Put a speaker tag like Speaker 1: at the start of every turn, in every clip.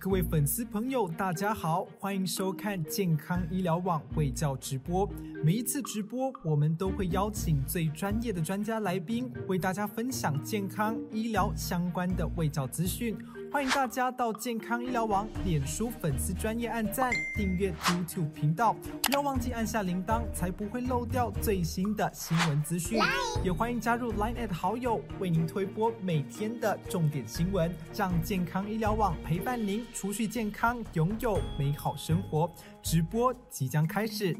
Speaker 1: 各位粉丝朋友，大家好，欢迎收看健康医疗网卫教直播。每一次直播，我们都会邀请最专业的专家来宾，为大家分享健康医疗相关的卫教资讯。欢迎大家到健康医疗网脸书粉丝专业按赞、订阅 YouTube 频道，不要忘记按下铃铛，才不会漏掉最新的新闻资讯。也欢迎加入 Line at 好友，为您推播每天的重点新闻，让健康医疗网陪伴您，储蓄健康，拥有美好生活。直播即将开始。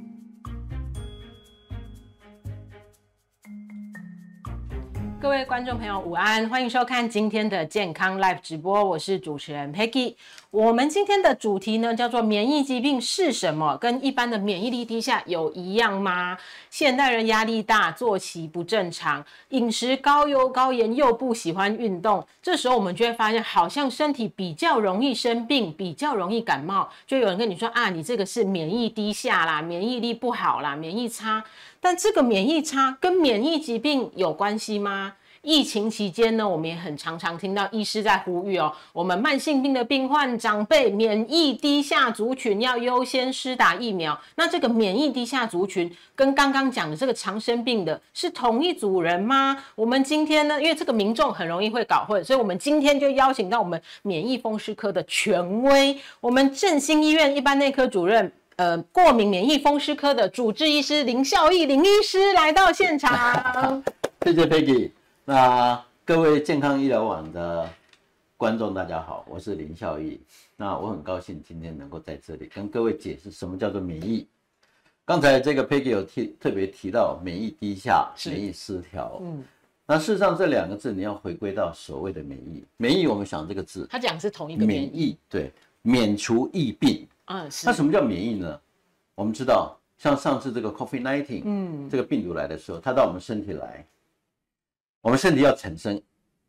Speaker 2: 各位观众朋友，午安！欢迎收看今天的健康 Live 直播，我是主持人 Peggy。我们今天的主题呢，叫做免疫疾病是什么？跟一般的免疫力低下有一样吗？现代人压力大，作息不正常，饮食高油高盐，又不喜欢运动，这时候我们就会发现，好像身体比较容易生病，比较容易感冒。就有人跟你说啊，你这个是免疫低下啦，免疫力不好啦，免疫差。但这个免疫差跟免疫疾病有关系吗？疫情期间呢，我们也很常常听到医师在呼吁哦，我们慢性病的病患、长辈、免疫低下族群要优先施打疫苗。那这个免疫低下族群跟刚刚讲的这个常生病的是同一组人吗？我们今天呢，因为这个民众很容易会搞混，所以我们今天就邀请到我们免疫风湿科的权威，我们振兴医院一般内科主任。呃，过敏免疫风湿科的主治医师林孝义林医师来到现场。
Speaker 3: 谢谢 Peggy。那各位健康医疗网的观众，大家好，我是林孝义。那我很高兴今天能够在这里跟各位解释什么叫做免疫。刚才这个 Peggy 有提特别提到免疫低下、
Speaker 2: 是
Speaker 3: 免疫失调。
Speaker 2: 嗯，
Speaker 3: 那事实上这两个字你要回归到所谓的免疫。免疫我们想这个字，
Speaker 2: 他讲的是同一个免
Speaker 3: 免
Speaker 2: 疫，
Speaker 3: 疫对，免除疫病。
Speaker 2: 嗯，是
Speaker 3: 那，什么叫免疫呢？我们知道，像上次这个 COVID-19，
Speaker 2: 嗯，
Speaker 3: 这个病毒来的时候，它到我们身体来，我们身体要产生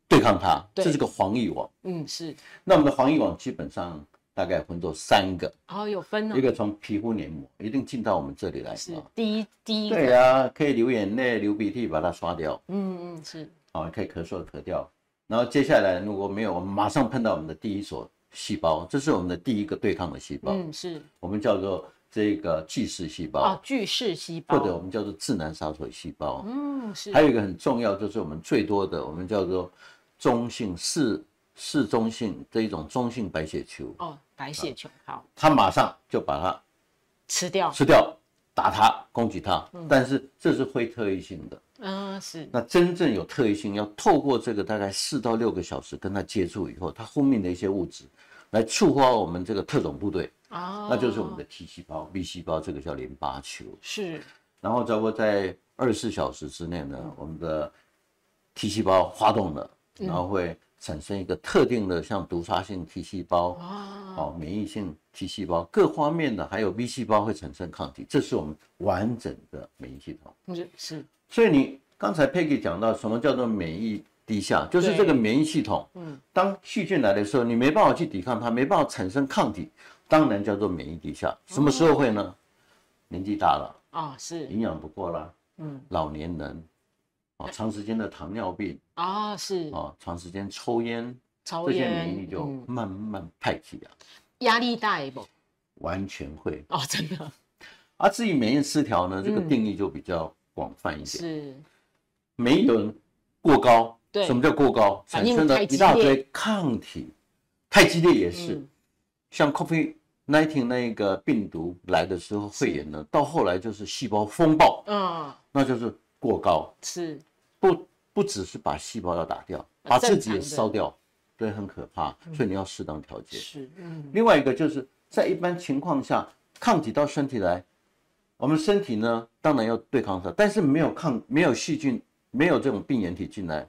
Speaker 3: 对抗它，
Speaker 2: 对
Speaker 3: 这是个防疫网。
Speaker 2: 嗯，是，
Speaker 3: 那我们的防疫网基本上大概分作三个，
Speaker 2: 哦，有分哦
Speaker 3: 一，个从皮肤黏膜一定进到我们这里来
Speaker 2: 是
Speaker 3: 啊，
Speaker 2: 第一，第一，
Speaker 3: 对，呀、可以流眼泪、流鼻涕把它刷掉，
Speaker 2: 嗯嗯是，
Speaker 3: 啊、可以咳嗽的咳掉。然后接下来如果没有，我们马上碰到我们的第一所细胞，这是我们的第一个对抗的细胞，
Speaker 2: 嗯是，
Speaker 3: 我们叫做这个巨噬细胞，
Speaker 2: 哦，巨噬细
Speaker 3: 啊或
Speaker 2: 胞，
Speaker 3: 者我们叫做自然杀手细胞。
Speaker 2: 嗯是，
Speaker 3: 还有一个很重要，就是我们最多的，我们叫做中性嗜嗜中性这一种中性白血球，
Speaker 2: 哦，白血球，好，
Speaker 3: 它马上就把它
Speaker 2: 吃掉，
Speaker 3: 吃掉，打它，攻击它。但是这是非特异性的，
Speaker 2: 嗯是，
Speaker 3: 那真正有特异性，要透过这个大概四到六个小时跟它接触以后，它分泌的一些物质，来触发我们这个特种部队，
Speaker 2: 哦，
Speaker 3: 那就是我们的 T 细胞、B 细胞，这个叫淋巴球。
Speaker 2: 是，
Speaker 3: 然后差不多在二十四小时之内呢，我们的 T 细胞发动了，然后会产生一个特定的像毒杀性 T 细胞、
Speaker 2: 哦，
Speaker 3: 哦免疫性 T 细胞各方面的，还有 B 细胞会产生抗体，这是我们完整的免疫系统。
Speaker 2: 是是，
Speaker 3: 所以你刚才 Peggy 讲到什么叫做免疫低下，就是
Speaker 2: 对
Speaker 3: 这个免疫系统，嗯，当细菌来的时候，你没办法去抵抗它，没办法产生抗体，当然叫做免疫低下。什么时候会呢？年纪大了。
Speaker 2: 哦是，
Speaker 3: 营养不够啦，
Speaker 2: 嗯，
Speaker 3: 老年人啊、长时间的糖尿病
Speaker 2: 哦是
Speaker 3: 啊、，长时间抽烟，
Speaker 2: 抽
Speaker 3: 这些免
Speaker 2: 烟
Speaker 3: 疫，就
Speaker 2: 嗯
Speaker 3: 慢慢派起啊，
Speaker 2: 压力大不？
Speaker 3: 完全会。
Speaker 2: 哦，真的
Speaker 3: 而、至于免疫失调呢，这个
Speaker 2: 嗯
Speaker 3: 定义就比较广泛一点，
Speaker 2: 是，
Speaker 3: 没有人过高，
Speaker 2: 对
Speaker 3: 什么叫过高？
Speaker 2: 反
Speaker 3: 产
Speaker 2: 应
Speaker 3: 生了
Speaker 2: 太
Speaker 3: 一
Speaker 2: 激
Speaker 3: 大
Speaker 2: 烈
Speaker 3: 堆抗体，太激烈也是，
Speaker 2: 嗯
Speaker 3: 像 COVID。19那个病毒来的时候，肺炎呢，到后来就是细胞风暴，
Speaker 2: 嗯
Speaker 3: 那就是过高，
Speaker 2: 是，
Speaker 3: 不不只是把细胞要打掉，
Speaker 2: 把
Speaker 3: 把
Speaker 2: 呃正常嗯
Speaker 3: 自己也烧掉，对，很可怕，所以你要适当调节。
Speaker 2: 是，嗯，
Speaker 3: 另外一个就是在一般情况下，抗体到身体来，我们身体呢当然要对抗它，但是没有抗没有细菌，没有这种病原体进来，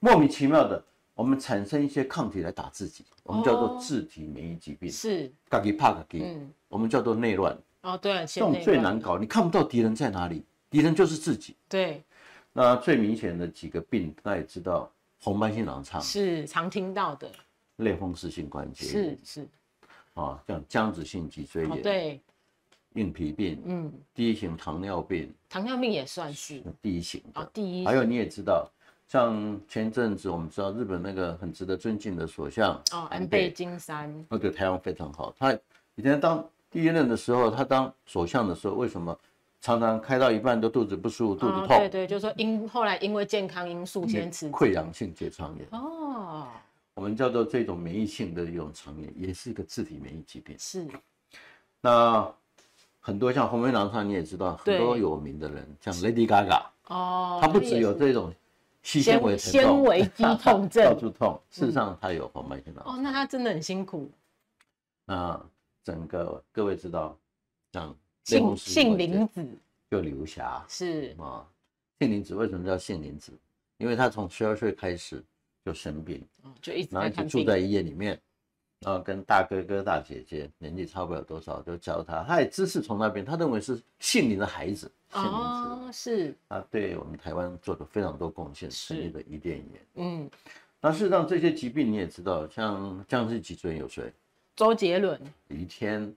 Speaker 3: 莫名其妙的我们产生一些抗体来打自己，我们叫
Speaker 2: 哦
Speaker 3: 做自体免疫疾病，
Speaker 2: 是，
Speaker 3: 嘎吉帕嘎吉，
Speaker 2: 嗯，
Speaker 3: 我们叫做内乱，
Speaker 2: 哦，对，
Speaker 3: 这
Speaker 2: 这
Speaker 3: 种最难，搞，你看不到敌人在哪里，敌人就是自己。
Speaker 2: 对，
Speaker 3: 那最明显的几个病，大家也知道，红斑性狼疮、
Speaker 2: 是常听到的，
Speaker 3: 类风湿性关节炎
Speaker 2: 是是，
Speaker 3: 啊，像僵直性脊椎
Speaker 2: 哦，
Speaker 3: 炎、
Speaker 2: 对，
Speaker 3: 硬皮病、
Speaker 2: 嗯，
Speaker 3: 第一型糖尿病、
Speaker 2: 糖尿病也算是
Speaker 3: 第一型的
Speaker 2: 哦，第一
Speaker 3: 还有你也知道，像前阵子我们知道日本那个很值得尊敬的首相
Speaker 2: 哦，安倍晋三，
Speaker 3: 那对台湾非常好。他以前当第一任的时候，他当首相的时候，为什么常常开到一半都肚子不舒服、肚子
Speaker 2: 哦
Speaker 3: 痛、嗯
Speaker 2: 对对，就是说因后来因为健康因素先辞职
Speaker 3: 溃疡性结肠炎？
Speaker 2: 哦，
Speaker 3: 我们叫做这种免疫性的一种肠炎，也是一个自体免疫疾病。
Speaker 2: 是
Speaker 3: 那很多像红黑狼上你也知道，很多
Speaker 2: 对
Speaker 3: 有名的人，像 Lady Gaga，
Speaker 2: 哦，
Speaker 3: 她不只有
Speaker 2: 也是
Speaker 3: 这种细纤维疼痛
Speaker 2: 纤维肌痛症嗯
Speaker 3: 到处痛，事实上她有红黑狼。
Speaker 2: 哦，那他真的很辛苦，
Speaker 3: 那整个各位知道，像类
Speaker 2: 姓
Speaker 3: 风湿
Speaker 2: 姓
Speaker 3: 文
Speaker 2: 林子
Speaker 3: 就刘霞
Speaker 2: 是
Speaker 3: 啊，杏林子为什么叫杏林子？因为她从十二岁开始就生病，
Speaker 2: 哦就一直
Speaker 3: 然
Speaker 2: 在
Speaker 3: 后一直
Speaker 2: 看
Speaker 3: 住
Speaker 2: 病，
Speaker 3: 在医院里面，然后跟大哥哥大姐姐年纪差不了多少，就教她，她也知识从那边，她认为是杏林的孩子，杏林子。
Speaker 2: 哦，是
Speaker 3: 他对我们台湾做了非常多贡献，
Speaker 2: 是
Speaker 3: 成立了伊甸园。
Speaker 2: 嗯，
Speaker 3: 那事实上，这些疾病你也知道，像降是脊椎有谁？
Speaker 2: 周杰伦
Speaker 3: 于天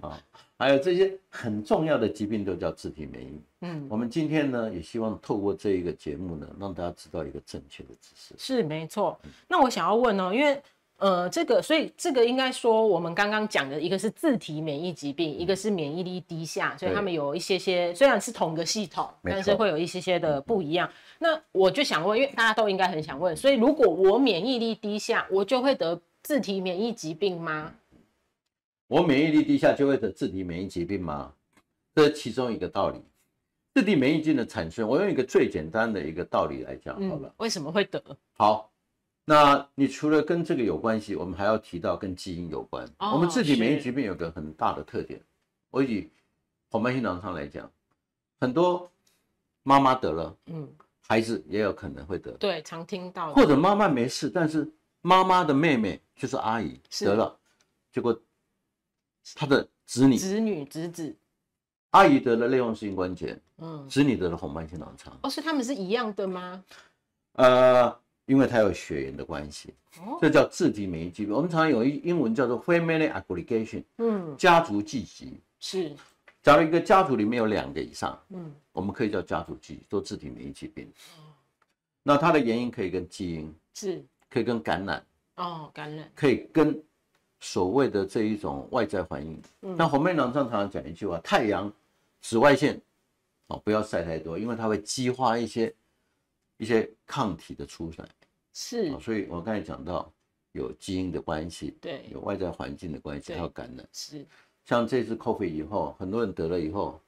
Speaker 3: 啊，还有这些很重要的疾病都叫自体免疫。
Speaker 2: 嗯，
Speaker 3: 我们今天呢，也希望透过这一个节目呢，让大家知道一个正确的知识。
Speaker 2: 是没错。那我想要问哦，因为呃，这个所以这个应该说我们刚刚讲的一个是自体免疫疾病，一个是免疫力低下，所以
Speaker 3: 嗯对
Speaker 2: 他们有一些些虽然是同个系统，
Speaker 3: 没
Speaker 2: 但
Speaker 3: 错嗯
Speaker 2: 是会有一些些的不一样。那我就想问，因为大家都应该很想问，所以如果我免疫力低下，我就会得自体免疫疾病吗？
Speaker 3: 我免疫力低下就会得自体免疫疾病吗？这是其中一个道理。自体免疫菌的产生，我用一个最简单的一个道理来讲嗯好了。，
Speaker 2: 嗯为什么会得？
Speaker 3: 好，那你除了跟这个有关系，我们还要提到跟基因有关。
Speaker 2: 哦
Speaker 3: 我们自体免疫
Speaker 2: 是
Speaker 3: 疾病有个很大的特点，我以红斑性狼疮来讲，很多妈妈得了，
Speaker 2: 嗯，
Speaker 3: 孩子也有可能会得，
Speaker 2: 对，常听到的
Speaker 3: 或者妈妈没事，但是妈妈的妹妹就是阿姨
Speaker 2: 是
Speaker 3: 得了，结果她的子女
Speaker 2: 子女侄子，
Speaker 3: 阿姨得了类风湿性关节，
Speaker 2: 嗯，
Speaker 3: 子女得了红斑性狼疮，
Speaker 2: 哦，所以他们是一样的吗？
Speaker 3: 呃，因为它有血缘的关系。
Speaker 2: 哦，
Speaker 3: 这叫自体免疫疾病。我们常常有一英文叫做 family aggregation，
Speaker 2: 嗯，
Speaker 3: 家族聚集。
Speaker 2: 是，
Speaker 3: 假如一个家族里面有两个以上，
Speaker 2: 嗯，
Speaker 3: 我们可以叫家族聚集，做自体免疫疾病。那它的原因可以跟基因，
Speaker 2: 是，
Speaker 3: 可以跟感染，
Speaker 2: 哦，感染。
Speaker 3: 可以跟所谓的这一种外在环境。
Speaker 2: 嗯
Speaker 3: 那红面狼上常常讲一句话：太阳、紫外线，哦，不要晒太多，因为它会激化一些一些抗体的出来。
Speaker 2: 是
Speaker 3: 哦，所以我刚才讲到有基因的关系，
Speaker 2: 对
Speaker 3: 有外在环境的关系，
Speaker 2: 对
Speaker 3: 还有感染。
Speaker 2: 是，
Speaker 3: 像这次 COVID 以后，很多人得了以后，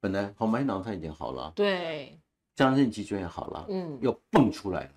Speaker 3: 本来红斑狼疮已经好了，
Speaker 2: 对，
Speaker 3: 僵硬脊椎也好了，
Speaker 2: 嗯，
Speaker 3: 又蹦出来了，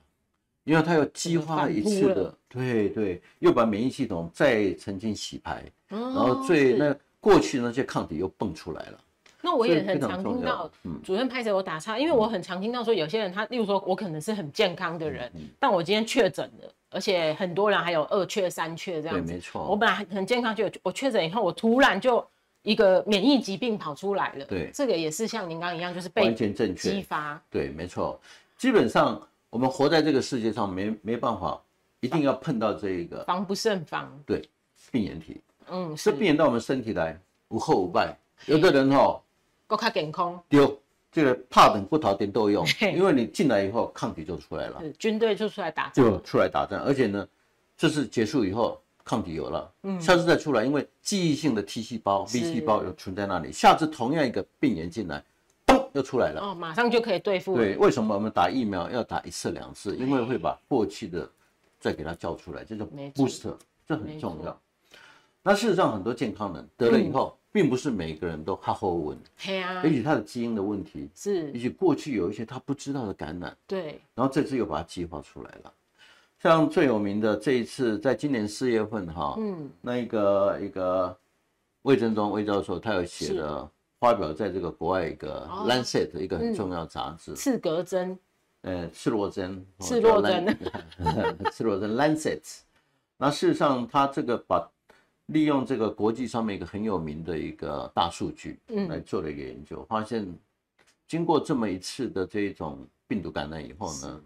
Speaker 3: 因为它又激化了一次
Speaker 2: 反扑
Speaker 3: 的，对对，又把免疫系统再重新洗牌，
Speaker 2: 然
Speaker 3: 然后最
Speaker 2: 那
Speaker 3: 那过去那些抗体又蹦出来了，
Speaker 2: 那我
Speaker 3: 所以
Speaker 2: 也很
Speaker 3: 非常
Speaker 2: 常
Speaker 3: 重
Speaker 2: 听
Speaker 3: 要
Speaker 2: 到
Speaker 3: 嗯，
Speaker 2: 主任拍谁我打岔，因为我很常听到说有些人他，例如说我可能是很健康的
Speaker 3: 嗯
Speaker 2: 人，但我今天确诊了，而且很多人还有二确三确这
Speaker 3: 对，
Speaker 2: 样子，
Speaker 3: 没
Speaker 2: 我
Speaker 3: 错，
Speaker 2: 本来很健康，就我确诊以后，我突然就一个免疫疾病跑出来了，
Speaker 3: 对
Speaker 2: 这个也是像您刚刚一样，就是
Speaker 3: 完
Speaker 2: 被
Speaker 3: 全正确，
Speaker 2: 激发，
Speaker 3: 对，没错，基本上我们活在这个世界上没没办法，一定要碰到这个
Speaker 2: 防不胜防，
Speaker 3: 对病原体，
Speaker 2: 嗯，是
Speaker 3: 这病原到我们身体来无后无败。有的人哦，
Speaker 2: 够卡健康，
Speaker 3: 丢这个怕等不逃点 都用，
Speaker 2: 嘿
Speaker 3: 因为你进来以后抗体就出来了，
Speaker 2: 是军队就出来打仗，
Speaker 3: 就出来打仗，而且呢，这次结束以后抗体有了，下次再出来，因为记忆性的 T 细胞、
Speaker 2: 嗯
Speaker 3: B
Speaker 2: 是
Speaker 3: 细胞有存在那里，下次同样一个病原进来，嘣又出来了。
Speaker 2: 哦，马上就可以对付，
Speaker 3: 对，为什么我们打疫苗要打一次两次？因为会把过去的再给它叫出来，这叫
Speaker 2: 没错
Speaker 3: booster，这
Speaker 2: 没
Speaker 3: 很
Speaker 2: 错
Speaker 3: 重要。那事实上，很多健康人得了以后，并不是每个人都哈后文，
Speaker 2: 嘿啊
Speaker 3: 也，许他的基因的问题，也
Speaker 2: 是，
Speaker 3: 许过去有一些他不知道的感染，
Speaker 2: 对，
Speaker 3: 然后这次又把它激发出来了。像最有名的这一次，在今年四月份哈，
Speaker 2: 嗯。
Speaker 3: 那个一个魏正中魏教授，他有写
Speaker 2: 是
Speaker 3: 了发表在这个国外一个
Speaker 2: 哦
Speaker 3: 《Lancet》一个
Speaker 2: 嗯
Speaker 3: 很重要的杂志，
Speaker 2: 刺格针
Speaker 3: 呃，赤裸针，哦
Speaker 2: 赤裸，
Speaker 3: 叫 Lan- 赤裸针 Lancet。那事实上，它这个把利用这个国际上面一个很有名的一个大数据，
Speaker 2: 嗯
Speaker 3: 来做了一个研究，发现经过这么一次的这一种病毒感染以后呢，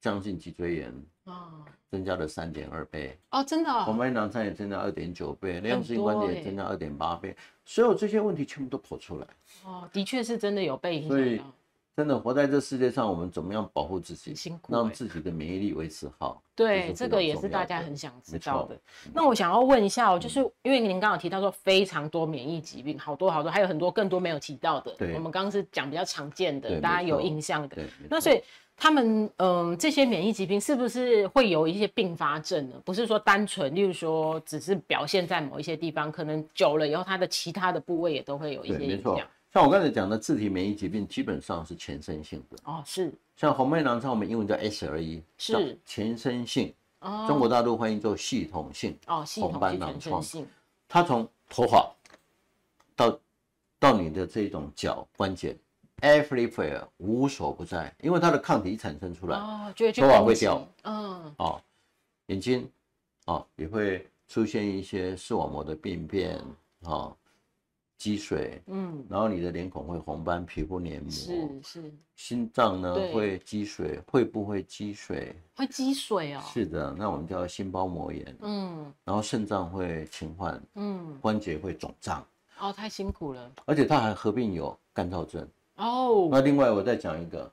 Speaker 3: 将近脊椎炎
Speaker 2: 哦
Speaker 3: 增加了三点二倍，
Speaker 2: 哦，真的、
Speaker 3: 红
Speaker 2: 哦，
Speaker 3: 斑狼疮也增加二点九倍，类风湿性
Speaker 2: 多
Speaker 3: 关节
Speaker 2: 欸
Speaker 3: 也增加二点八倍，所有这些问题全部都跑出来。
Speaker 2: 哦，的确是真的有被影
Speaker 3: 所以
Speaker 2: 响到，
Speaker 3: 真的活在这世界上，我们怎么样保护自己，
Speaker 2: 辛苦欸
Speaker 3: 让自己的免疫力维持好？
Speaker 2: 对，
Speaker 3: 这
Speaker 2: 这
Speaker 3: 是非常
Speaker 2: 个也
Speaker 3: 重
Speaker 2: 是
Speaker 3: 要
Speaker 2: 大家
Speaker 3: 的
Speaker 2: 很想知
Speaker 3: 没
Speaker 2: 道
Speaker 3: 错嗯
Speaker 2: 的。那我想要问一下哦，就是因为您刚好提到说非常多免疫疾病，好多好多，还有很多更多没有提到的。
Speaker 3: 对
Speaker 2: 我们刚刚是讲比较常见的，
Speaker 3: 对
Speaker 2: 大家
Speaker 3: 没
Speaker 2: 有
Speaker 3: 错
Speaker 2: 印象的。
Speaker 3: 对，没
Speaker 2: 那
Speaker 3: 错
Speaker 2: 所以他们嗯、这些免疫疾病是不是会有一些并发症呢？不是说单纯，例如说只是表现在某一些地方，可能久了以后，它的其他的部位也都会有一
Speaker 3: 对，
Speaker 2: 些
Speaker 3: 没
Speaker 2: 影
Speaker 3: 错
Speaker 2: 响。。
Speaker 3: 像我刚才讲的自体免疫疾病，基本上是全身性的。
Speaker 2: 哦，是
Speaker 3: 像红脉狼疮，我们英文叫 SLE，
Speaker 2: 是
Speaker 3: 叫全身性，
Speaker 2: 哦，
Speaker 3: 中国大陆翻译做系统性。
Speaker 2: 哦系统
Speaker 3: 红斑
Speaker 2: 是
Speaker 3: 狼
Speaker 2: 全身
Speaker 3: 疮
Speaker 2: 性
Speaker 3: 它从头发到到你的这种脚关节，everywhere 无所不在，因为它的抗体产生出来，
Speaker 2: 哦，就会去
Speaker 3: 头发
Speaker 2: 攻
Speaker 3: 会
Speaker 2: 击
Speaker 3: 掉，
Speaker 2: 嗯，
Speaker 3: 哦，眼睛哦也会出现一些视网膜的病变哦，积水，
Speaker 2: 嗯，
Speaker 3: 然后你的脸孔会红斑，皮肤黏膜，
Speaker 2: 是是，
Speaker 3: 心脏呢
Speaker 2: 对
Speaker 3: 会积水，会不会积水？
Speaker 2: 会积水哦。
Speaker 3: 是的，那我们叫心包膜炎，
Speaker 2: 嗯
Speaker 3: 然后肾脏会勤换，
Speaker 2: 嗯，
Speaker 3: 关节会肿胀，
Speaker 2: 哦，太辛苦了。
Speaker 3: 而且它还合并有干燥症。
Speaker 2: 哦，
Speaker 3: 那另外我再讲一个，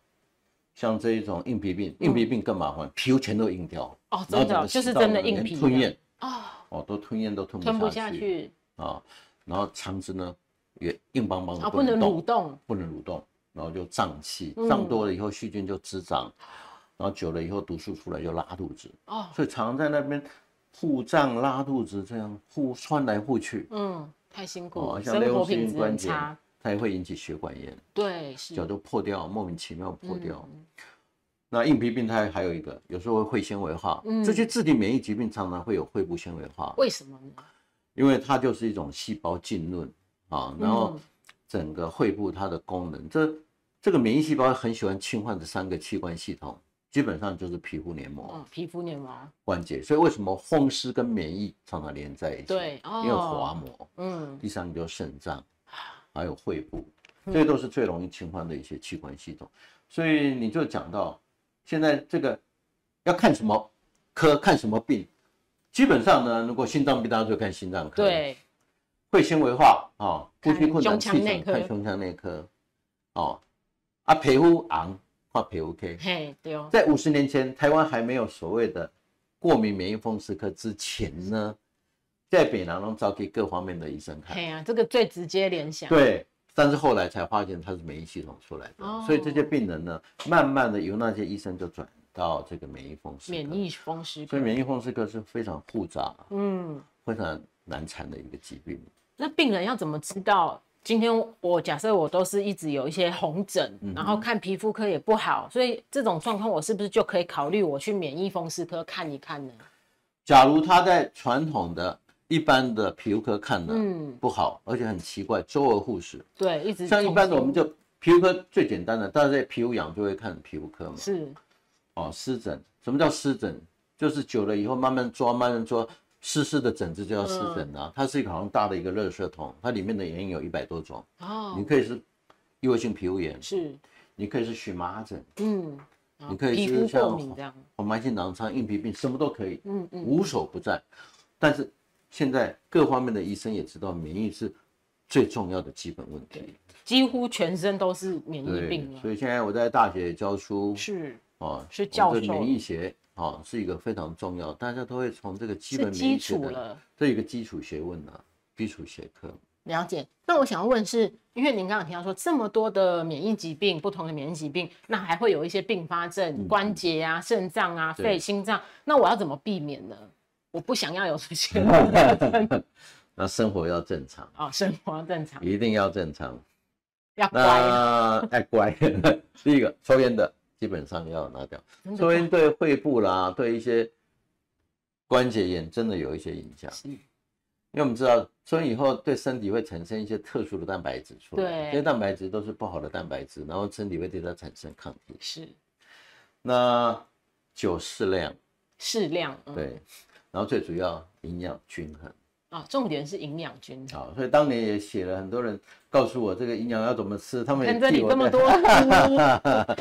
Speaker 3: 像这一种硬皮病，硬皮病更麻烦，皮肤全都硬掉，
Speaker 2: 嗯哦，
Speaker 3: 然
Speaker 2: 真的
Speaker 3: 后整个
Speaker 2: 哦，就是
Speaker 3: 食道
Speaker 2: 真的
Speaker 3: 呢
Speaker 2: 硬
Speaker 3: 连
Speaker 2: 皮的
Speaker 3: 吞咽
Speaker 2: 哦，
Speaker 3: 哦都吞咽都吞
Speaker 2: 吞不
Speaker 3: 不
Speaker 2: 下
Speaker 3: 下去
Speaker 2: 去，
Speaker 3: 啊、然后肠子呢也硬邦邦
Speaker 2: 哦，
Speaker 3: 的，
Speaker 2: 不能蠕动，
Speaker 3: 不能蠕动，然后就胀气，
Speaker 2: 嗯
Speaker 3: 胀多了以后细菌就滋长，然后久了以后毒素出来就拉肚子，
Speaker 2: 哦，
Speaker 3: 所以常在那边护胀拉肚子这样互窜来互去，
Speaker 2: 嗯，太辛苦
Speaker 3: 哦
Speaker 2: 了，，
Speaker 3: 像
Speaker 2: 生
Speaker 3: 类
Speaker 2: 活
Speaker 3: 风湿
Speaker 2: 品
Speaker 3: 性
Speaker 2: 质很
Speaker 3: 关节
Speaker 2: 差。，
Speaker 3: 它也会引起血管炎，
Speaker 2: 对，是
Speaker 3: 脚都破掉，莫名其妙破掉。
Speaker 2: 嗯
Speaker 3: 那硬皮病它还有一个，有时候会会纤维化，
Speaker 2: 嗯
Speaker 3: 这些自体免疫疾病常常会有肺部纤维化，
Speaker 2: 为什么呢？
Speaker 3: 因为它就是一种细胞浸润啊，然后
Speaker 2: 嗯
Speaker 3: 整个肺部它的功能，这这个免疫细胞很喜欢侵犯这三个器官系统，基本上就是皮肤黏膜、
Speaker 2: 嗯，皮肤黏膜，
Speaker 3: 关节，所以为什么风湿跟免疫常常连在一起？
Speaker 2: 对哦
Speaker 3: 因为滑膜。
Speaker 2: 嗯，
Speaker 3: 第三个就是肾脏，还有肺部，
Speaker 2: 嗯
Speaker 3: 这都是最容易侵犯的一些器官系统。所以你就讲到现在这个要看什么科，看什么病，基本上呢，如果心脏病，大家就看心脏科。。
Speaker 2: 对，
Speaker 3: 会纤维化啊、哦，呼吸
Speaker 2: 看
Speaker 3: 困难
Speaker 2: 胸腔
Speaker 3: 气
Speaker 2: 内
Speaker 3: 喘
Speaker 2: 科
Speaker 3: 看胸腔内科，哦，啊皮肤昂看皮肤 K，
Speaker 2: 嘿，对哦，
Speaker 3: 在五十年前台湾还没有所谓的过敏免疫风湿科之前呢，在北南龙找给各方面的医生看，
Speaker 2: 嘿啊，这个最直接联想，
Speaker 3: 对，但是后来才发现它是免疫系统出来的，
Speaker 2: 哦
Speaker 3: 所以这些病人呢，慢慢的由那些医生就转到这个免疫风湿科，
Speaker 2: 免疫风湿
Speaker 3: 所以
Speaker 2: 科，
Speaker 3: 免疫风湿科是非常复杂、
Speaker 2: 嗯，
Speaker 3: 非常难缠的一个疾病。
Speaker 2: 那病人要怎么知道？今天我假设我都是一直有一些红疹，
Speaker 3: 嗯
Speaker 2: 然后看皮肤科也不好，所以这种状况我是不是就可以考虑我去免疫风湿科看一看呢？
Speaker 3: 假如他在传统的一般的皮肤科看的
Speaker 2: 嗯
Speaker 3: 不好，而且很奇怪，周而复始。
Speaker 2: 对，一直
Speaker 3: 像一般的
Speaker 2: 重
Speaker 3: 我们就皮肤科最简单的，大家在皮肤痒就会看皮肤科嘛。
Speaker 2: 是
Speaker 3: 哦，湿疹，什么叫湿疹？就是久了以后慢慢抓，慢慢抓，湿湿的疹子就叫湿疹
Speaker 2: 嗯
Speaker 3: 啊。它是一个好像大的一个热射筒，它里面的原因有一百多种。
Speaker 2: 哦
Speaker 3: 你，可以是异位性皮肤炎，
Speaker 2: 是
Speaker 3: 你可以是荨麻疹，
Speaker 2: 嗯，
Speaker 3: 你可以
Speaker 2: 皮
Speaker 3: 就
Speaker 2: 肤过
Speaker 3: 是像
Speaker 2: 敏这样，
Speaker 3: 红斑性狼疮、硬皮病，什么都可以。
Speaker 2: 嗯嗯，
Speaker 3: 无所不在。但是现在各方面的医生也知道，免疫是最重要的基本问题。
Speaker 2: 几乎全身都是免疫病了，
Speaker 3: 所以现在我在大学也教书
Speaker 2: 是
Speaker 3: 啊，
Speaker 2: 是
Speaker 3: 我们
Speaker 2: 教
Speaker 3: 的
Speaker 2: 授
Speaker 3: 免疫学啊是一个非常重要，大家都会从这个基
Speaker 2: 是
Speaker 3: 本免
Speaker 2: 基
Speaker 3: 疫学
Speaker 2: 础
Speaker 3: 的
Speaker 2: 了。
Speaker 3: 这一个基础学问啊，基础学 科。
Speaker 2: 了解。那我想要问是，因为您刚刚有提到说这么多的免疫疾病，不同的免疫疾病，那还会有一些并发症，关节啊、肾脏啊、
Speaker 3: 嗯对
Speaker 2: 肺、心脏，那我要怎么避免呢？我不想要有这 些
Speaker 3: 那生活要正常，
Speaker 2: 哦，生活要正常，
Speaker 3: 一定要正常。
Speaker 2: 要乖啊，
Speaker 3: 那哎乖， 第一个抽烟的基本上要拿掉，
Speaker 2: 真的
Speaker 3: 抽烟对肺部啦，对一些关节炎真的有一些影响。
Speaker 2: 是
Speaker 3: 因为我们知道抽烟以后对身体会产生一些特殊的蛋白质出来，
Speaker 2: 对
Speaker 3: 这些蛋白质都是不好的蛋白质，然后身体会对它产生抗体。
Speaker 2: 是
Speaker 3: 那酒适量，
Speaker 2: 适量，嗯、
Speaker 3: 对，然后最主要营养均衡。
Speaker 2: 啊，重点是营养均衡。
Speaker 3: 好，所以当年也写了很多人告诉我这个营养要怎么吃，他们也
Speaker 2: 看这里
Speaker 3: 替我
Speaker 2: 这么
Speaker 3: 在
Speaker 2: 多书，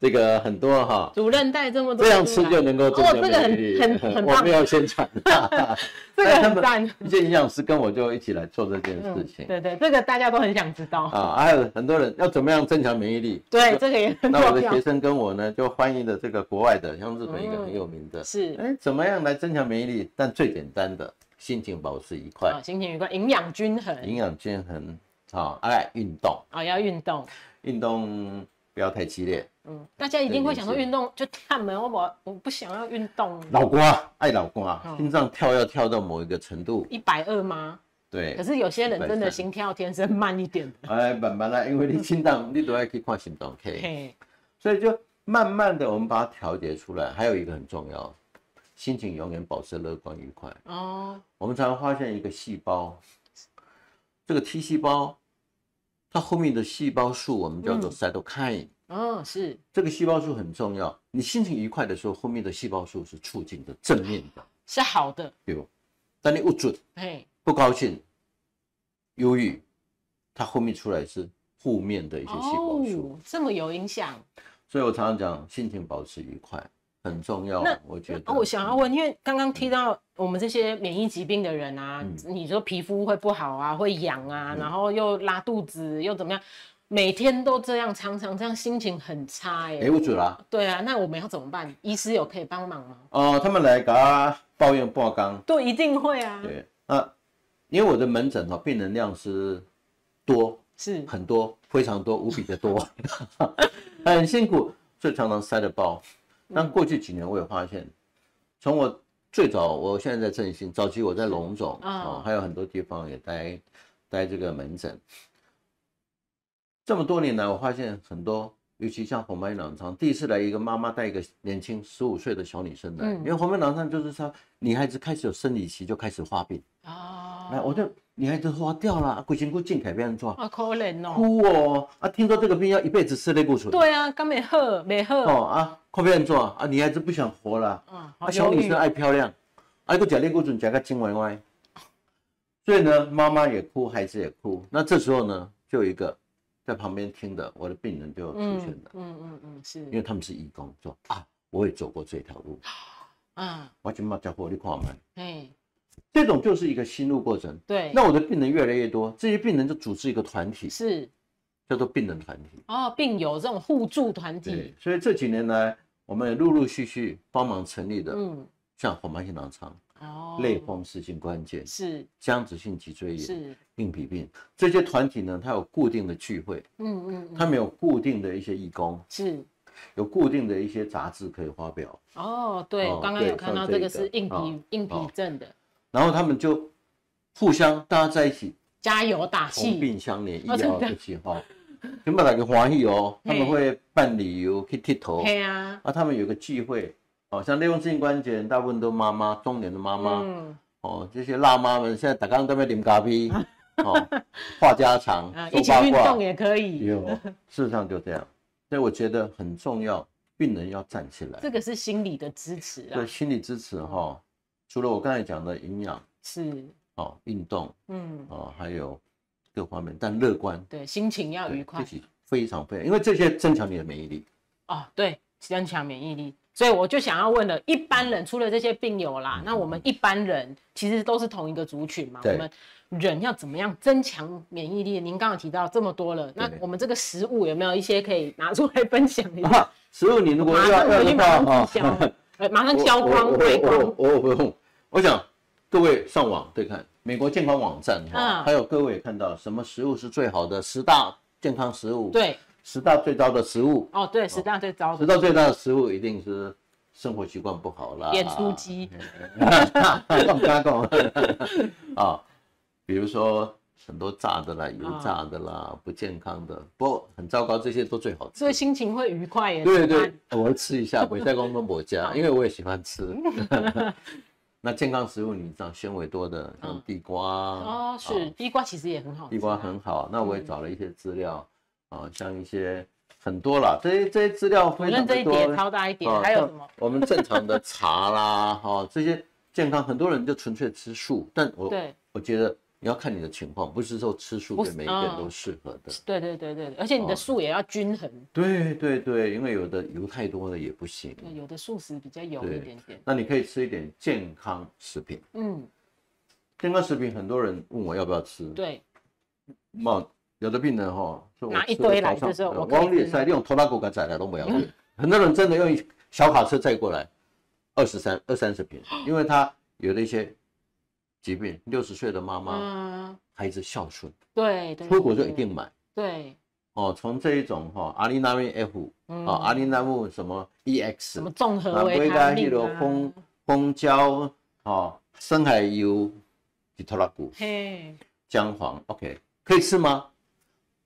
Speaker 3: 这个很多哈、
Speaker 2: 主任带这么多
Speaker 3: 这样
Speaker 2: 出
Speaker 3: 吃
Speaker 2: 来
Speaker 3: 就能够增
Speaker 2: 哦这
Speaker 3: 加
Speaker 2: 个
Speaker 3: 免疫
Speaker 2: 很很
Speaker 3: 力。
Speaker 2: 很
Speaker 3: 我
Speaker 2: 棒
Speaker 3: 没，有 宣传，
Speaker 2: 这个
Speaker 3: 哎但他
Speaker 2: 很
Speaker 3: 们
Speaker 2: 赞。嗯
Speaker 3: 一些营养师跟我就一起来做这件事情、
Speaker 2: 对对，这个大家都很想知道。
Speaker 3: 啊，还有很多人要怎么样增强免疫力？
Speaker 2: 对，这个也很
Speaker 3: 那我
Speaker 2: 重
Speaker 3: 的
Speaker 2: 要
Speaker 3: 学。生跟我呢，就欢迎了这个国外的，像日本一个很有名的，
Speaker 2: 嗯 是
Speaker 3: 哎、怎么样来增强免疫力？但最简单的，心情保持愉快
Speaker 2: 啊，，心情愉快，营养均衡
Speaker 3: 营养均衡，好、爱运动，
Speaker 2: 啊，要运动。
Speaker 3: 运动不要太激烈，
Speaker 2: 嗯，大家一定会想说
Speaker 3: 对也是
Speaker 2: 运动就看门，我我我不想要运动。
Speaker 3: 脑瓜爱脑瓜
Speaker 2: 嗯，
Speaker 3: 心脏跳要跳到某一个程度，
Speaker 2: 一百二吗？
Speaker 3: 对
Speaker 2: 可，是有些人真的心跳天生慢一点。
Speaker 3: 哎，慢慢来，因为你心脏你都要去看心 脏科，
Speaker 2: 嘿，
Speaker 3: 所以就慢慢的我们把它调节出来。还有一个很重要，心情永远保持乐观愉快。
Speaker 2: 哦，
Speaker 3: 我们常常发现一个细胞，这个 T 细胞，它后面的细胞数我们叫做 cytokine，、
Speaker 2: 嗯，是
Speaker 3: 这个细胞数很重要。你心情愉快的时候，后面的细胞数是促进的、正面的，
Speaker 2: 是好的。
Speaker 3: 对不？但你不准
Speaker 2: 嘿，
Speaker 3: 不高兴、忧郁，它后面出来是负面的一些细胞数。
Speaker 2: 哦，这么有影响。
Speaker 3: 所以我常常讲，心情保持愉快很重要
Speaker 2: 那。
Speaker 3: 我觉得，嗯
Speaker 2: 哦我想要问，因为刚刚提到我们这些免疫疾病的人啊，你说皮肤会不好啊，会痒
Speaker 3: 嗯
Speaker 2: 啊，然后又拉肚子，又怎么样，每天都这样，常常这样，心情很差耶、
Speaker 3: 哎，我准啦。
Speaker 2: 对啊，那我们要怎么办？医师有可以帮忙吗？
Speaker 3: 哦、他们来给他抱怨爆缸，
Speaker 2: 对，一定会啊。
Speaker 3: 对，那因为我的门诊哈、哦病人量是多
Speaker 2: 是
Speaker 3: 很多，非常多，无比 的多， 很辛苦，所以常常塞着包。
Speaker 2: 嗯
Speaker 3: 但过去几年我也发现，从我最早，我现在在振兴，早期我在龙总
Speaker 2: 啊
Speaker 3: 啊、还有很多地方也待待这个门诊。这么多年来，我发现很多，尤其像红斑狼疮，第一次来一个妈妈带一个年轻十五岁的小女生来，
Speaker 2: 嗯
Speaker 3: 因为红斑狼疮就是她女孩子开始有生理期就开始发病，
Speaker 2: 哦，
Speaker 3: 来，我就女孩子花掉了，啊鬼辛苦进改变做
Speaker 2: 啊，可怜哦。
Speaker 3: 哭哦啊！听说这个病要一辈子吃类固醇，
Speaker 2: 对啊，刚没喝，没喝，
Speaker 3: 哦啊，快变做啊，女孩子不想活了
Speaker 2: 嗯，好
Speaker 3: 啊，小
Speaker 2: 忧郁
Speaker 3: 女生爱漂亮，啊，个讲类固醇讲个金歪歪，所以呢，妈妈也哭，孩子也哭。那这时候呢，就有一个在旁边听的我的病人就出现
Speaker 2: 嗯
Speaker 3: 了，
Speaker 2: 嗯嗯嗯，
Speaker 3: 因
Speaker 2: 是，
Speaker 3: 为他们是义工，说啊，我也走过这条路，
Speaker 2: 啊，
Speaker 3: 我就骂家伙你看我们，
Speaker 2: 哎，
Speaker 3: 这种就是一个心路过程。
Speaker 2: 对，
Speaker 3: 那我的病人越来越多，这些病人就组织一个团体，
Speaker 2: 是
Speaker 3: 叫做病人团体。
Speaker 2: 哦，病友这种互助团
Speaker 3: 对
Speaker 2: 体，，
Speaker 3: 所以这几年来，我们也陆陆续续帮忙成立的，
Speaker 2: 嗯，
Speaker 3: 像红斑性狼疮、
Speaker 2: 哦，
Speaker 3: 类风湿性关节、
Speaker 2: 是
Speaker 3: 僵直性脊椎炎、
Speaker 2: 是，
Speaker 3: 硬皮病这些团体呢，它有固定的聚会，
Speaker 2: 嗯嗯嗯，
Speaker 3: 他们有固定的一些义工，
Speaker 2: 是。
Speaker 3: 有固定的一些杂志可以发表，
Speaker 2: 哦，对，
Speaker 3: 哦
Speaker 2: 刚刚有
Speaker 3: 对
Speaker 2: 看
Speaker 3: 像
Speaker 2: 到这
Speaker 3: 这
Speaker 2: 个
Speaker 3: 一个
Speaker 2: 是硬皮、
Speaker 3: 哦
Speaker 2: 硬皮
Speaker 3: 哦
Speaker 2: 症的，
Speaker 3: 然后他们就互相大家在一起
Speaker 2: 加油打
Speaker 3: 同
Speaker 2: 气，
Speaker 3: 病相怜，医
Speaker 2: 哦真
Speaker 3: 疗
Speaker 2: 的
Speaker 3: 一起哈，你们哪个欢喜哦，他们
Speaker 2: 嘿
Speaker 3: 会办旅游去剃头，
Speaker 2: 嘿啊，
Speaker 3: 啊，他们有个聚会，哦，像类风湿性关节炎，大部分都妈妈，中年的妈妈。
Speaker 2: 嗯，
Speaker 3: 哦，这些辣妈们现在打刚都在啉 咖啡，哦，话家常
Speaker 2: 啊，，
Speaker 3: 说
Speaker 2: 一起
Speaker 3: 八
Speaker 2: 运
Speaker 3: 卦
Speaker 2: 动也可以，
Speaker 3: 有， 事实上就这样。所以我觉得很重要，病人要站起来，
Speaker 2: 这个是心理的支持
Speaker 3: 对
Speaker 2: 啊，
Speaker 3: 心理支持哈、除了我刚才讲的营养
Speaker 2: 是，
Speaker 3: 哦、运动
Speaker 2: 嗯，
Speaker 3: 哦，还有各方面，但乐观，
Speaker 2: 对，心情要愉
Speaker 3: 对，
Speaker 2: 快
Speaker 3: 这，些非常非常，因为这些增强你的免疫力。
Speaker 2: 哦，对，增强免疫力。所以我就想要问了，一般人除了这些病友啦，那我们一般人其实都是同一个族群嘛，我
Speaker 3: 嗯对
Speaker 2: 们人要怎么样增强免疫力？您刚刚有提到这么多了，那
Speaker 3: 对
Speaker 2: 我们这个食物有没有一些可以拿出来分享一 下？
Speaker 3: 啊，食物你如
Speaker 2: 嗯
Speaker 3: 果
Speaker 2: 马
Speaker 3: 要
Speaker 2: 上
Speaker 3: 要
Speaker 2: 回
Speaker 3: 的
Speaker 2: 去马
Speaker 3: 话
Speaker 2: 上
Speaker 3: 哈
Speaker 2: 销，，呃马上
Speaker 3: 我
Speaker 2: 销光
Speaker 3: 我
Speaker 2: 卖光。
Speaker 3: 我我我我我想各位上网对看美国健康网站哈、
Speaker 2: 嗯
Speaker 3: 还有各位也看到什么食物是最好的十大健康食物，，
Speaker 2: 对，
Speaker 3: 十大最糟的食物，
Speaker 2: 哦，对，十大最糟
Speaker 3: 十
Speaker 2: 的
Speaker 3: 大最糟的食物一定是生活习惯不好啦，
Speaker 2: 演出， 机，
Speaker 3: 放家讲 啊，比如说。很多炸的啦，油炸的啦，
Speaker 2: 啊
Speaker 3: 不健康的，不过很糟糕，这些都最好吃
Speaker 2: 所以。心情会愉快耶。
Speaker 3: 对
Speaker 2: 是吧
Speaker 3: 对，，我会吃一下北菜公跟伯 啊家，因为我也喜欢吃。那健康食物，你知道纤维多的，像地瓜
Speaker 2: 哦，是
Speaker 3: 啊
Speaker 2: 地瓜其实也很好吃啊，
Speaker 3: 地瓜很好。那我也找了一些资料啊，像一些很多啦，这些这些资料
Speaker 2: 我
Speaker 3: 非常
Speaker 2: 认这一
Speaker 3: 的
Speaker 2: 点
Speaker 3: 多。
Speaker 2: 超大一点，
Speaker 3: 啊
Speaker 2: 还有
Speaker 3: 像
Speaker 2: 什么？
Speaker 3: 我们正常的 茶啦，哈，这些健康，很多人就纯粹吃素，但我
Speaker 2: 对
Speaker 3: 我觉得你要看你的情况，不是说吃素
Speaker 2: 不
Speaker 3: 对
Speaker 2: 是
Speaker 3: 每一个人
Speaker 2: 嗯
Speaker 3: 都适合的。
Speaker 2: 对对对对，对而且你的
Speaker 3: 哦
Speaker 2: 素也要均衡，
Speaker 3: 对对对，因为有的油太多了也不行。
Speaker 2: 对，有的素食比较油
Speaker 3: 对
Speaker 2: 一点点。
Speaker 3: 那你可以吃一点健康食品，
Speaker 2: 嗯，
Speaker 3: 健康食品很多人问我要不要吃，
Speaker 2: 对，
Speaker 3: 嘛，有的病人哈，说我
Speaker 2: 拿一
Speaker 3: 吃了
Speaker 2: 堆来
Speaker 3: 早上
Speaker 2: 就是
Speaker 3: 呃
Speaker 2: 我可以
Speaker 3: 往里
Speaker 2: 吃
Speaker 3: 塞，用拖拉骨给载来都
Speaker 2: 嗯
Speaker 3: 不要紧。很多人真的用小卡车载过来，二十三二三 十瓶，因为他有了一些疾病，六十岁的妈妈
Speaker 2: 嗯，
Speaker 3: 孩子孝顺，
Speaker 2: 对对。
Speaker 3: 出国就
Speaker 2: 对
Speaker 3: 一定买
Speaker 2: 对，
Speaker 3: 哦。从这一种哈，阿利那米 F
Speaker 2: 嗯
Speaker 3: 啊，阿利那木什么 EX
Speaker 2: 什么综合
Speaker 3: 啊，
Speaker 2: 维
Speaker 3: 维
Speaker 2: 他
Speaker 3: 加迄
Speaker 2: 命
Speaker 3: 落
Speaker 2: 啊
Speaker 3: 蜂，蜂胶哦，深海油是拖拉骨。
Speaker 2: 嘿，
Speaker 3: 姜黄，OK，可以吃吗？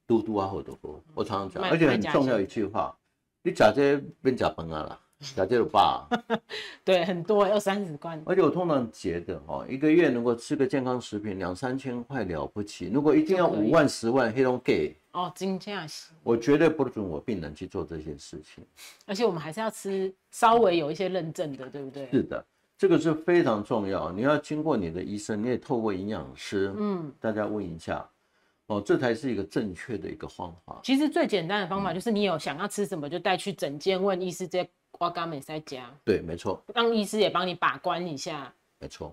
Speaker 3: 嘟嘟啊，或者多，我常常讲，
Speaker 2: 嗯卖
Speaker 3: 而且
Speaker 2: 卖
Speaker 3: 很
Speaker 2: 假
Speaker 3: 重要
Speaker 2: 钱
Speaker 3: 一句话，你假这变假崩啊啦，假这有吧？
Speaker 2: 对，很多二三十罐，
Speaker 3: 而且我通常觉得哈、一个月能够吃个健康食品两三千块了不起，如果一定要
Speaker 2: 就可以
Speaker 3: 五万十万黑龙给，
Speaker 2: 哦，金价是，
Speaker 3: 我绝对不准我病人去做这些事情。
Speaker 2: 而且我们还是要吃稍微有一些认证的，对不对？
Speaker 3: 是的，这个是非常重要，你要经过你的医生，你也透过营养师，
Speaker 2: 嗯，
Speaker 3: 大家问一下，哦，这才是一个正确的一个方法。
Speaker 2: 其实最简单的方
Speaker 3: 嗯
Speaker 2: 法就是你有想要吃什么就带去诊间问医师，直接瓜嘎美塞加，
Speaker 3: 对，没错，
Speaker 2: 让医师也帮你把关一下。
Speaker 3: 没错。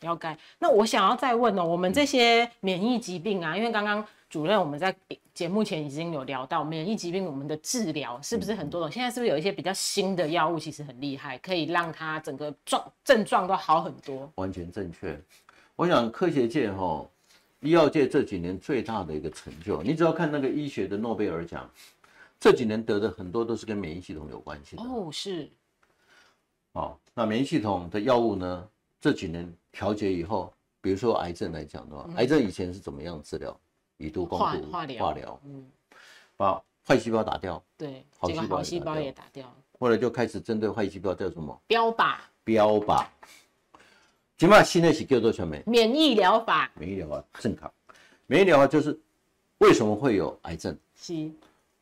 Speaker 2: 了解。那我想要再问哦，我
Speaker 3: 嗯
Speaker 2: 们这些免疫疾病啊，因为刚刚主任我们在节目前已经有聊到免疫疾病，我们的治疗是不是
Speaker 3: 嗯
Speaker 2: 很多种？现在是不是有一些比较新的药物，其实很厉害，可以让它整个状症状都好很多？
Speaker 3: 完全正确。我想科学界哈、医药界这几年最大的一个成就，你只要看那个医学的诺贝尔奖，这几年得的很多都是跟免疫系统有关系的。哦，哦
Speaker 2: 哦，是，
Speaker 3: 那免疫系统的药物呢，这几年调节以后，比如说癌症来讲的话，癌症以前是怎么样治疗？以毒攻
Speaker 2: 化
Speaker 3: 毒，
Speaker 2: 嗯化疗嗯，
Speaker 3: 把坏细胞打掉，
Speaker 2: 对，
Speaker 3: 好
Speaker 2: 结果
Speaker 3: 细胞
Speaker 2: 好
Speaker 3: 也
Speaker 2: 细
Speaker 3: 打
Speaker 2: 胞
Speaker 3: 掉
Speaker 2: 也打掉了，
Speaker 3: 后来就开始针对坏细胞叫什么
Speaker 2: 标靶、
Speaker 3: 标靶。起码新的是叫做什么？
Speaker 2: 免疫疗法，
Speaker 3: 免疫疗法啊正常，免疫疗法就是为什么会有癌症？
Speaker 2: 是，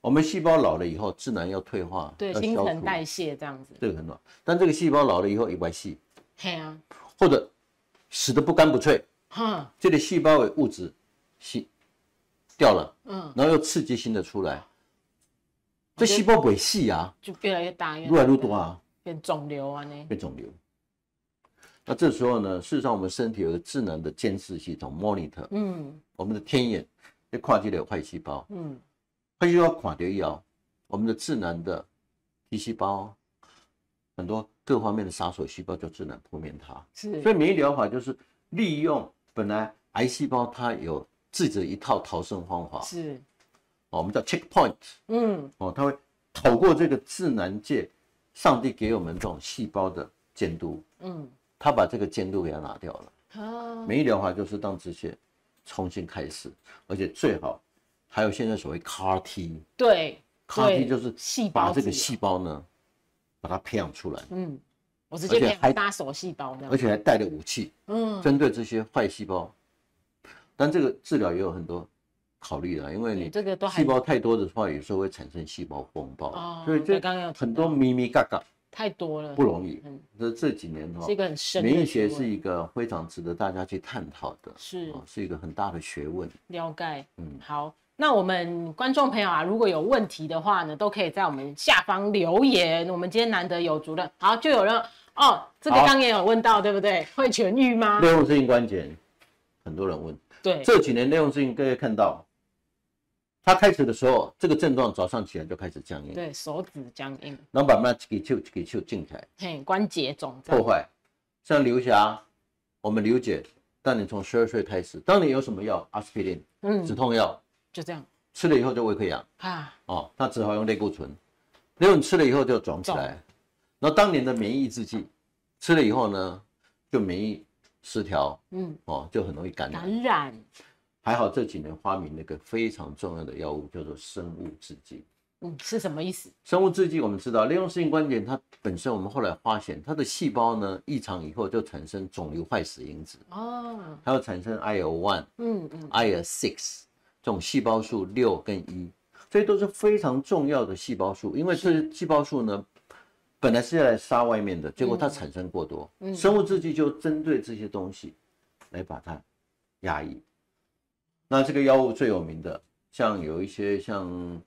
Speaker 3: 我们细胞老了以后，自然要退化，
Speaker 2: 对，
Speaker 3: 要
Speaker 2: 新
Speaker 3: 消
Speaker 2: 陈
Speaker 3: 除，
Speaker 2: 代谢这样子，
Speaker 3: 这个很好。但这个细胞老了以后，一外细
Speaker 2: 嘿啊，
Speaker 3: 或者死得不干不脆，
Speaker 2: 哼，
Speaker 3: 这里细胞的物质吸掉了，
Speaker 2: 嗯，
Speaker 3: 然后又刺激新的出来，这细胞萎细啊，
Speaker 2: 就越来越大，越
Speaker 3: 越来越多，啊，
Speaker 2: 变肿瘤啊呢，
Speaker 3: 变肿瘤。那这时候呢，事实上我们身体有个智能的监视系统 monitor，
Speaker 2: 嗯
Speaker 3: 我们的天眼就跨界了坏细胞，
Speaker 2: 嗯，
Speaker 3: 它就要垮掉一摇，我们的自然的 T 细胞，很多各方面的杀手细胞就自然扑灭它。
Speaker 2: 是
Speaker 3: 所，以免疫疗法就是利用本来癌细胞它有自己的一套逃生方法，
Speaker 2: 是，
Speaker 3: 哦，我们叫 checkpoint，
Speaker 2: 嗯，
Speaker 3: 哦，它会透过这个自然界，上帝给我们这种细胞的监督，
Speaker 2: 嗯，
Speaker 3: 它把这个监督给它拿掉了。
Speaker 2: 啊，
Speaker 3: 免疫疗法就是让这些重新开始，而且最好还有现在所谓 CAR T。
Speaker 2: 对，
Speaker 3: 抗
Speaker 2: 对
Speaker 3: 体就是
Speaker 2: 细
Speaker 3: 把
Speaker 2: 胞
Speaker 3: 这
Speaker 2: 治
Speaker 3: 个细胞呢，把它培养出来，
Speaker 2: 嗯，我直
Speaker 3: 而
Speaker 2: 接
Speaker 3: 且
Speaker 2: 变
Speaker 3: 还
Speaker 2: 大手细胞那
Speaker 3: 而
Speaker 2: 样，
Speaker 3: 且还带着武器，
Speaker 2: 嗯，
Speaker 3: 针对这些坏细胞。但这个治疗也有很多考虑的，因为
Speaker 2: 对
Speaker 3: 你
Speaker 2: 这个都还
Speaker 3: 细胞太多的话，有时候会产生细胞风
Speaker 2: 哦
Speaker 3: 暴，所以这
Speaker 2: 对刚刚有提
Speaker 3: 很多
Speaker 2: 到
Speaker 3: 咪咪嘎嘎
Speaker 2: 太多了，
Speaker 3: 不容易
Speaker 2: 嗯。
Speaker 3: 这这几年哈
Speaker 2: 是一，个很深的
Speaker 3: 免疫学
Speaker 2: 学
Speaker 3: 是
Speaker 2: 问
Speaker 3: 一个非常值得大家去探讨的，
Speaker 2: 是
Speaker 3: 哦是一个很大的学问。
Speaker 2: 了解，嗯
Speaker 3: 嗯，
Speaker 2: 好，那我们观众朋友啊，如果有问题的话呢，都可以在我们下方留言。我们今天难得有主任，好，就有人哦，这个
Speaker 3: 好
Speaker 2: 刚也有问到，对不对？ 会痊愈吗？
Speaker 3: 内用性关节，很多人问，
Speaker 2: 对，
Speaker 3: 这几年内用性，各位看到，它开始的时候，这个症状早上起来就开始僵硬，
Speaker 2: 对，手指僵硬，
Speaker 3: 然后慢慢给球给球进来
Speaker 2: 嘿，关节肿
Speaker 3: 破
Speaker 2: 胀，
Speaker 3: 坏。像刘霞，我们刘姐，当你从十二岁开始，当你有什么药，阿司匹林止
Speaker 2: 嗯，
Speaker 3: 痛药，
Speaker 2: 就这样
Speaker 3: 吃了以后就胃溃疡
Speaker 2: 啊，
Speaker 3: 哦，那只好用类固醇，因为你吃了以后就肿起来。然后当年的免疫抑制剂吃了以后呢，就免疫失调
Speaker 2: 嗯，
Speaker 3: 哦，就很容易感染。
Speaker 2: 感染，
Speaker 3: 还好这几年发明了一个非常重要的药物，叫做生物制剂。
Speaker 2: 嗯，是什么意思？
Speaker 3: 生物制剂我们知道，利用适应关节它本身，我们后来发现它的细胞呢异常以后就产生肿瘤坏死因子，
Speaker 2: 哦，
Speaker 3: 还有产生 IL one、
Speaker 2: 嗯嗯，
Speaker 3: IL six 这种细胞素六跟一，这些都是非常重要的细胞素，因为这些细胞素呢本来是要来杀外面的，结果它产生过多，生物制剂就针对这些东西来把它压抑。那这个药物最有名的，像有一些像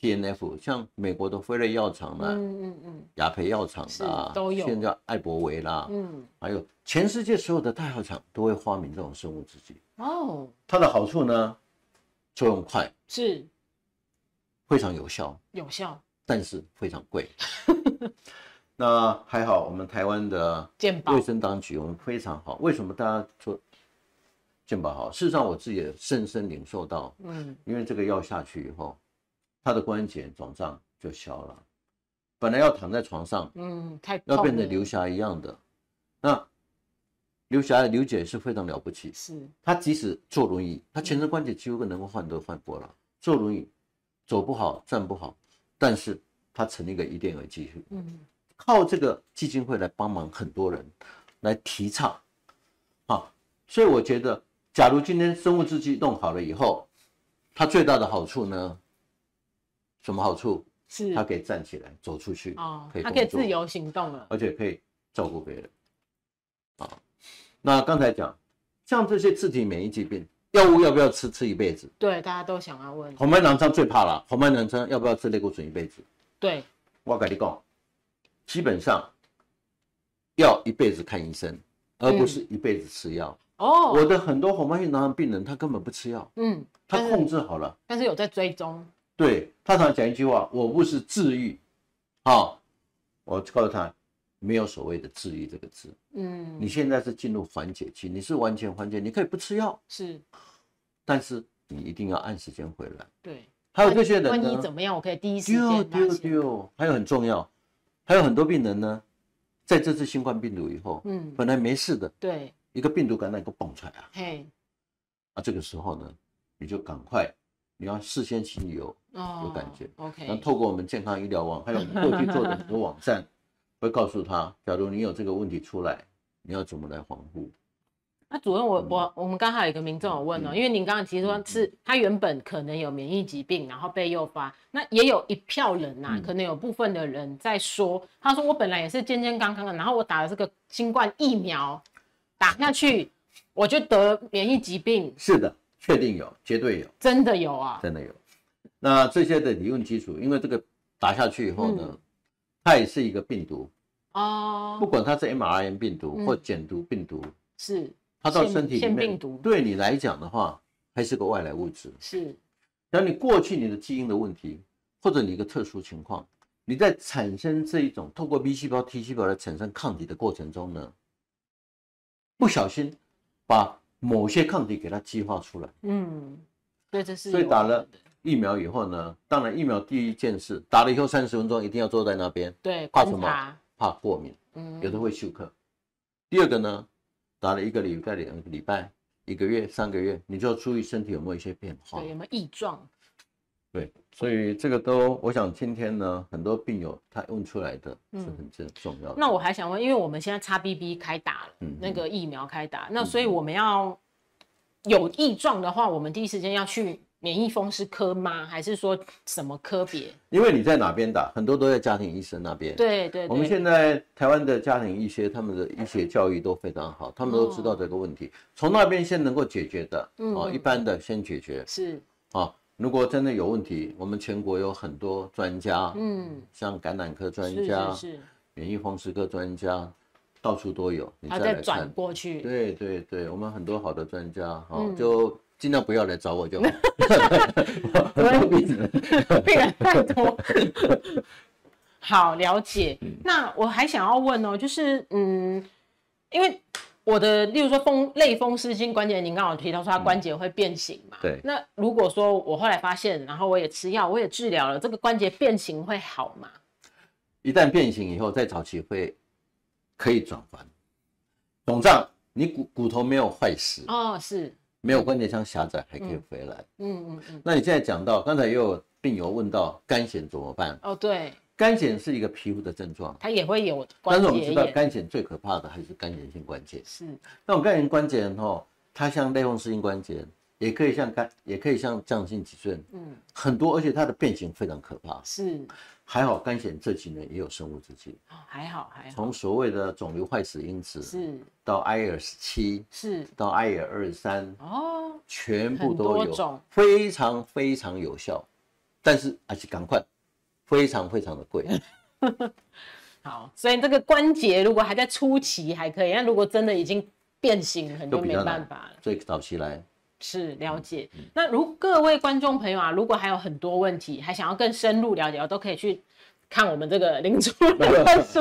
Speaker 3: TNF，像美国的辉瑞药厂啊啦、
Speaker 2: 嗯嗯嗯
Speaker 3: 雅培药厂啦
Speaker 2: 是，都有
Speaker 3: 现在艾伯维啦，
Speaker 2: 嗯，
Speaker 3: 还有全世界所有的大药厂都会发明这种生物制剂。
Speaker 2: 哦，
Speaker 3: 它的好处呢，作用快，
Speaker 2: 是
Speaker 3: 非常有效，
Speaker 2: 有效，
Speaker 3: 但是非常 贵。那还好，我们台湾的
Speaker 2: 健保
Speaker 3: 卫生当局我们非常好。为什么大家说健保好？事实上，我自己也深深领受到，
Speaker 2: 嗯
Speaker 3: 因为这个药下去以后，他的关节肿胀就消了，本来要躺在床上，
Speaker 2: 嗯，太
Speaker 3: 要
Speaker 2: 痛
Speaker 3: 变得
Speaker 2: 了
Speaker 3: 刘霞一样的。那刘霞刘姐是非常了不起，
Speaker 2: 是
Speaker 3: 她即使坐轮椅，她全身关节几乎能够换都换过了，坐轮椅走不好，站不好，但是她成立一个伊甸园基金会，
Speaker 2: 嗯
Speaker 3: 靠这个基金会来帮忙很多人来提倡啊。所以我觉得，假如今天生物制剂弄好了以后，它最大的好处呢，什么好处？
Speaker 2: 是
Speaker 3: 它可以站起来走出去，
Speaker 2: 哦
Speaker 3: 可以，
Speaker 2: 他可以
Speaker 3: 工作
Speaker 2: 自由行动了，
Speaker 3: 而且可以照顾别人。啊，那刚才讲，像这些自体免疫疾病，药物要不要吃吃一辈子？
Speaker 2: 对，大家都想要问，
Speaker 3: 红斑狼疮最怕了，红斑狼疮要不要吃类固醇一辈子？
Speaker 2: 对，
Speaker 3: 我跟你讲，基本上要一辈子看医生，而不是一辈子吃药。
Speaker 2: 哦，
Speaker 3: 我的很多红斑性狼疮病人，他根本不吃药，
Speaker 2: 嗯，
Speaker 3: 他
Speaker 2: 但是
Speaker 3: 控制好了。
Speaker 2: 但是有在追踪，
Speaker 3: 对他常讲一句话：“我不是治愈。啊，我告诉他，没有所谓的治愈这个字。
Speaker 2: 嗯，
Speaker 3: 你现在是进入缓解期，你是完全缓解，你可以不吃药，
Speaker 2: 是
Speaker 3: 但是你一定要按时间回来。
Speaker 2: 对，
Speaker 3: 还有这些
Speaker 2: 万
Speaker 3: 人
Speaker 2: 一怎
Speaker 3: 呢，
Speaker 2: 么样，我可以第一时
Speaker 3: 丢
Speaker 2: 间发
Speaker 3: 丢
Speaker 2: 现，
Speaker 3: 丢，还有很重要，还有很多病人呢，在这次新冠病毒以后，
Speaker 2: 嗯，
Speaker 3: 本来没事的，
Speaker 2: 对，
Speaker 3: 一个病毒感染给蹦出来啊，
Speaker 2: 嘿，
Speaker 3: 啊，这个时候呢，你就赶快，你要事先心里有，
Speaker 2: 哦，
Speaker 3: 感觉然后
Speaker 2: ，OK，
Speaker 3: 透过我们健康医 疗网，还有我们过去做的很多网站，会告诉他，假如你有这个问题出来，你要怎么来防护。
Speaker 2: 那主任，我我我们刚还有一个民众有问哦，
Speaker 3: 嗯
Speaker 2: 因为您刚刚提说是他原本可能有免疫疾病，然后被诱发，那也有一票人呐、
Speaker 3: 嗯
Speaker 2: 可能有部分的人在说，他说我本来也是健健康康的，然后我打了这个新冠疫苗，打下去我就得免疫疾病，
Speaker 3: 是的，确定有，绝对有。
Speaker 2: 真的有啊，
Speaker 3: 真的有。那这些的理论基础，因为这个打下去以后呢，它也是一个病毒，不
Speaker 2: 嗯哦，
Speaker 3: 管它是 mRNA 病毒
Speaker 2: 嗯
Speaker 3: 或减毒病毒，
Speaker 2: 是
Speaker 3: 它到
Speaker 2: 腺
Speaker 3: 身体里
Speaker 2: 腺
Speaker 3: 面，
Speaker 2: 病毒
Speaker 3: 对你来讲的话，还是个外来物质。
Speaker 2: 是，
Speaker 3: 然后你过去你的基因的问题，或者你一个特殊情况，你在产生这一种透过 B 细胞、T 细胞来产生抗体的过程中呢，不小心把某些抗体给它激化出来。
Speaker 2: 嗯，对，这是
Speaker 3: 所以
Speaker 2: 有
Speaker 3: 打
Speaker 2: 可
Speaker 3: 了
Speaker 2: 能的
Speaker 3: 疫苗以后呢，当然疫苗第一件事，打了以后三十分钟一定要坐在那边，
Speaker 2: 对
Speaker 3: 怕
Speaker 2: 观
Speaker 3: 什么
Speaker 2: 察，
Speaker 3: 怕过敏，
Speaker 2: 嗯
Speaker 3: 有的会休克。第二个呢，打了一个礼拜、两个礼拜、一个月、三个月，你就要注意身体有没有一些变化
Speaker 2: 对。有没有异状？
Speaker 3: 对，所以这个都，我想今天呢，很多病友他问出来的是很重重要的。
Speaker 2: 嗯那我还想问，因为我们现在叉 BB 开打了，
Speaker 3: 嗯
Speaker 2: 那个疫苗开打，那
Speaker 3: 嗯
Speaker 2: 所以我们要有异状的话，我们第一时间要去免疫风湿科吗？还是说什么科别？
Speaker 3: 因为你在哪边打，很多都在家庭医生那边。
Speaker 2: 对对
Speaker 3: 我们
Speaker 2: 对，
Speaker 3: 现在台湾的家庭医学，他们的医学教育都非常好，他们都知道这个问题，从那边先能够解决的，
Speaker 2: 嗯
Speaker 3: 哦，一般的先解决
Speaker 2: 是，
Speaker 3: 啊。如果真的有问题，我们全国有很多专家，
Speaker 2: 嗯，
Speaker 3: 像感染科专
Speaker 2: 是
Speaker 3: 家
Speaker 2: 是、是，
Speaker 3: 免疫风湿科专家，到处都有，你
Speaker 2: 他
Speaker 3: 再
Speaker 2: 再
Speaker 3: 来
Speaker 2: 转
Speaker 3: 看。
Speaker 2: 过去，
Speaker 3: 对对对，我们很多好的专家，哦，
Speaker 2: 嗯
Speaker 3: 就尽量不要来找 我就好。 很多病人
Speaker 2: 病人太 多。好，了解。
Speaker 3: 嗯
Speaker 2: 那我还想要问哦，就是嗯，因为我的，例如说风类风湿性关节，您刚好提到说它关节会变形嘛。
Speaker 3: 嗯对
Speaker 2: 那如果说我后来发现，然后我也吃药，我也治疗了，这个关节变形会好吗？
Speaker 3: 一旦变形以后，在早期会可以转弯。肿胀，你骨骨头没有坏死，
Speaker 2: 哦，是，
Speaker 3: 没有关节腔狭窄，还可以回来。
Speaker 2: 嗯嗯嗯，
Speaker 3: 那你现在讲到，刚才也有病友问到干癣怎么办？
Speaker 2: 哦，对，
Speaker 3: 干癣是一个皮肤的症状，
Speaker 2: 它也会有关
Speaker 3: 但是我们
Speaker 2: 节
Speaker 3: 知道
Speaker 2: 炎，
Speaker 3: 干癣最可怕的还是干癣性关节。
Speaker 2: 是，
Speaker 3: 那种干癣关节炎哦，它像类风湿性关节炎，也可以像干，也可以像浆性脊椎炎，
Speaker 2: 嗯
Speaker 3: 很多，而且它的变形非常可怕。
Speaker 2: 是，
Speaker 3: 还好肝炎这几年也有生物制剂，
Speaker 2: 哦还好还好，
Speaker 3: 从所谓的肿瘤坏死因子
Speaker 2: 是
Speaker 3: 到 IL 十七
Speaker 2: 是
Speaker 3: 到 IL 二十三，
Speaker 2: 哦，
Speaker 3: 全部
Speaker 2: 很
Speaker 3: 都
Speaker 2: 多
Speaker 3: 有，
Speaker 2: 种，
Speaker 3: 非常非常有效，但是而且赶快，非常非常的 贵。
Speaker 2: 好，所以这个关节如果还在初期还可以，但如果真的已经变形，可能就
Speaker 3: 就比
Speaker 2: 没
Speaker 3: 较
Speaker 2: 办
Speaker 3: 难嗯
Speaker 2: 法了。
Speaker 3: 最早期来，
Speaker 2: 是了解。那如各位观众朋友啊，如果还有很多问题，还想要更深入了解哦，都可以去看我们这个林主任的 书。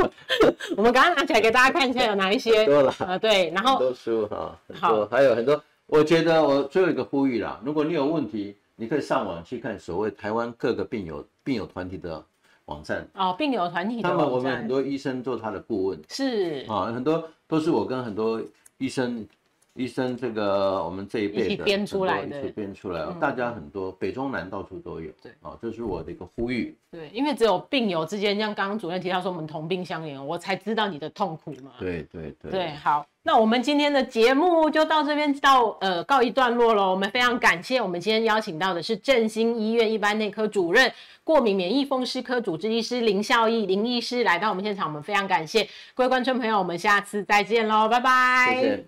Speaker 2: 我们刚刚拿起来给大家看一下有哪一些。
Speaker 3: 多了
Speaker 2: 呃，对，然
Speaker 3: 很
Speaker 2: 后
Speaker 3: 多书哈，很
Speaker 2: 好
Speaker 3: 多还有很多。我觉得我最后一个呼吁啦，如果你有问题，你可以上网去看所谓台湾各个病友病友团体的网站，
Speaker 2: 哦，病友团体的
Speaker 3: 他们我
Speaker 2: 网
Speaker 3: 们很
Speaker 2: 站
Speaker 3: 多医生做他的顾问
Speaker 2: 是
Speaker 3: 啊，很多都是我跟很多医生。医生，这个我们这一辈的
Speaker 2: 一起编出来的
Speaker 3: 很多一起编出来哦
Speaker 2: 嗯，
Speaker 3: 大家很多北中南到处都有，
Speaker 2: 对
Speaker 3: 啊，这是我的一个呼吁，
Speaker 2: 对，因为只有病友之间，像刚刚主任提到说我们同病相怜，我才知道你的痛苦嘛。
Speaker 3: 对对
Speaker 2: 嗯
Speaker 3: 对，
Speaker 2: 对，好，那我们今天的节目就到这边到呃告一段落了。我们非常感谢我们今天邀请到的是振兴医院一般内科主任、过敏免疫风湿科主治医师林孝义林医师来到我们现场，我们非常感谢各位观众朋友，我们下次再见喽，拜拜。
Speaker 3: 谢谢。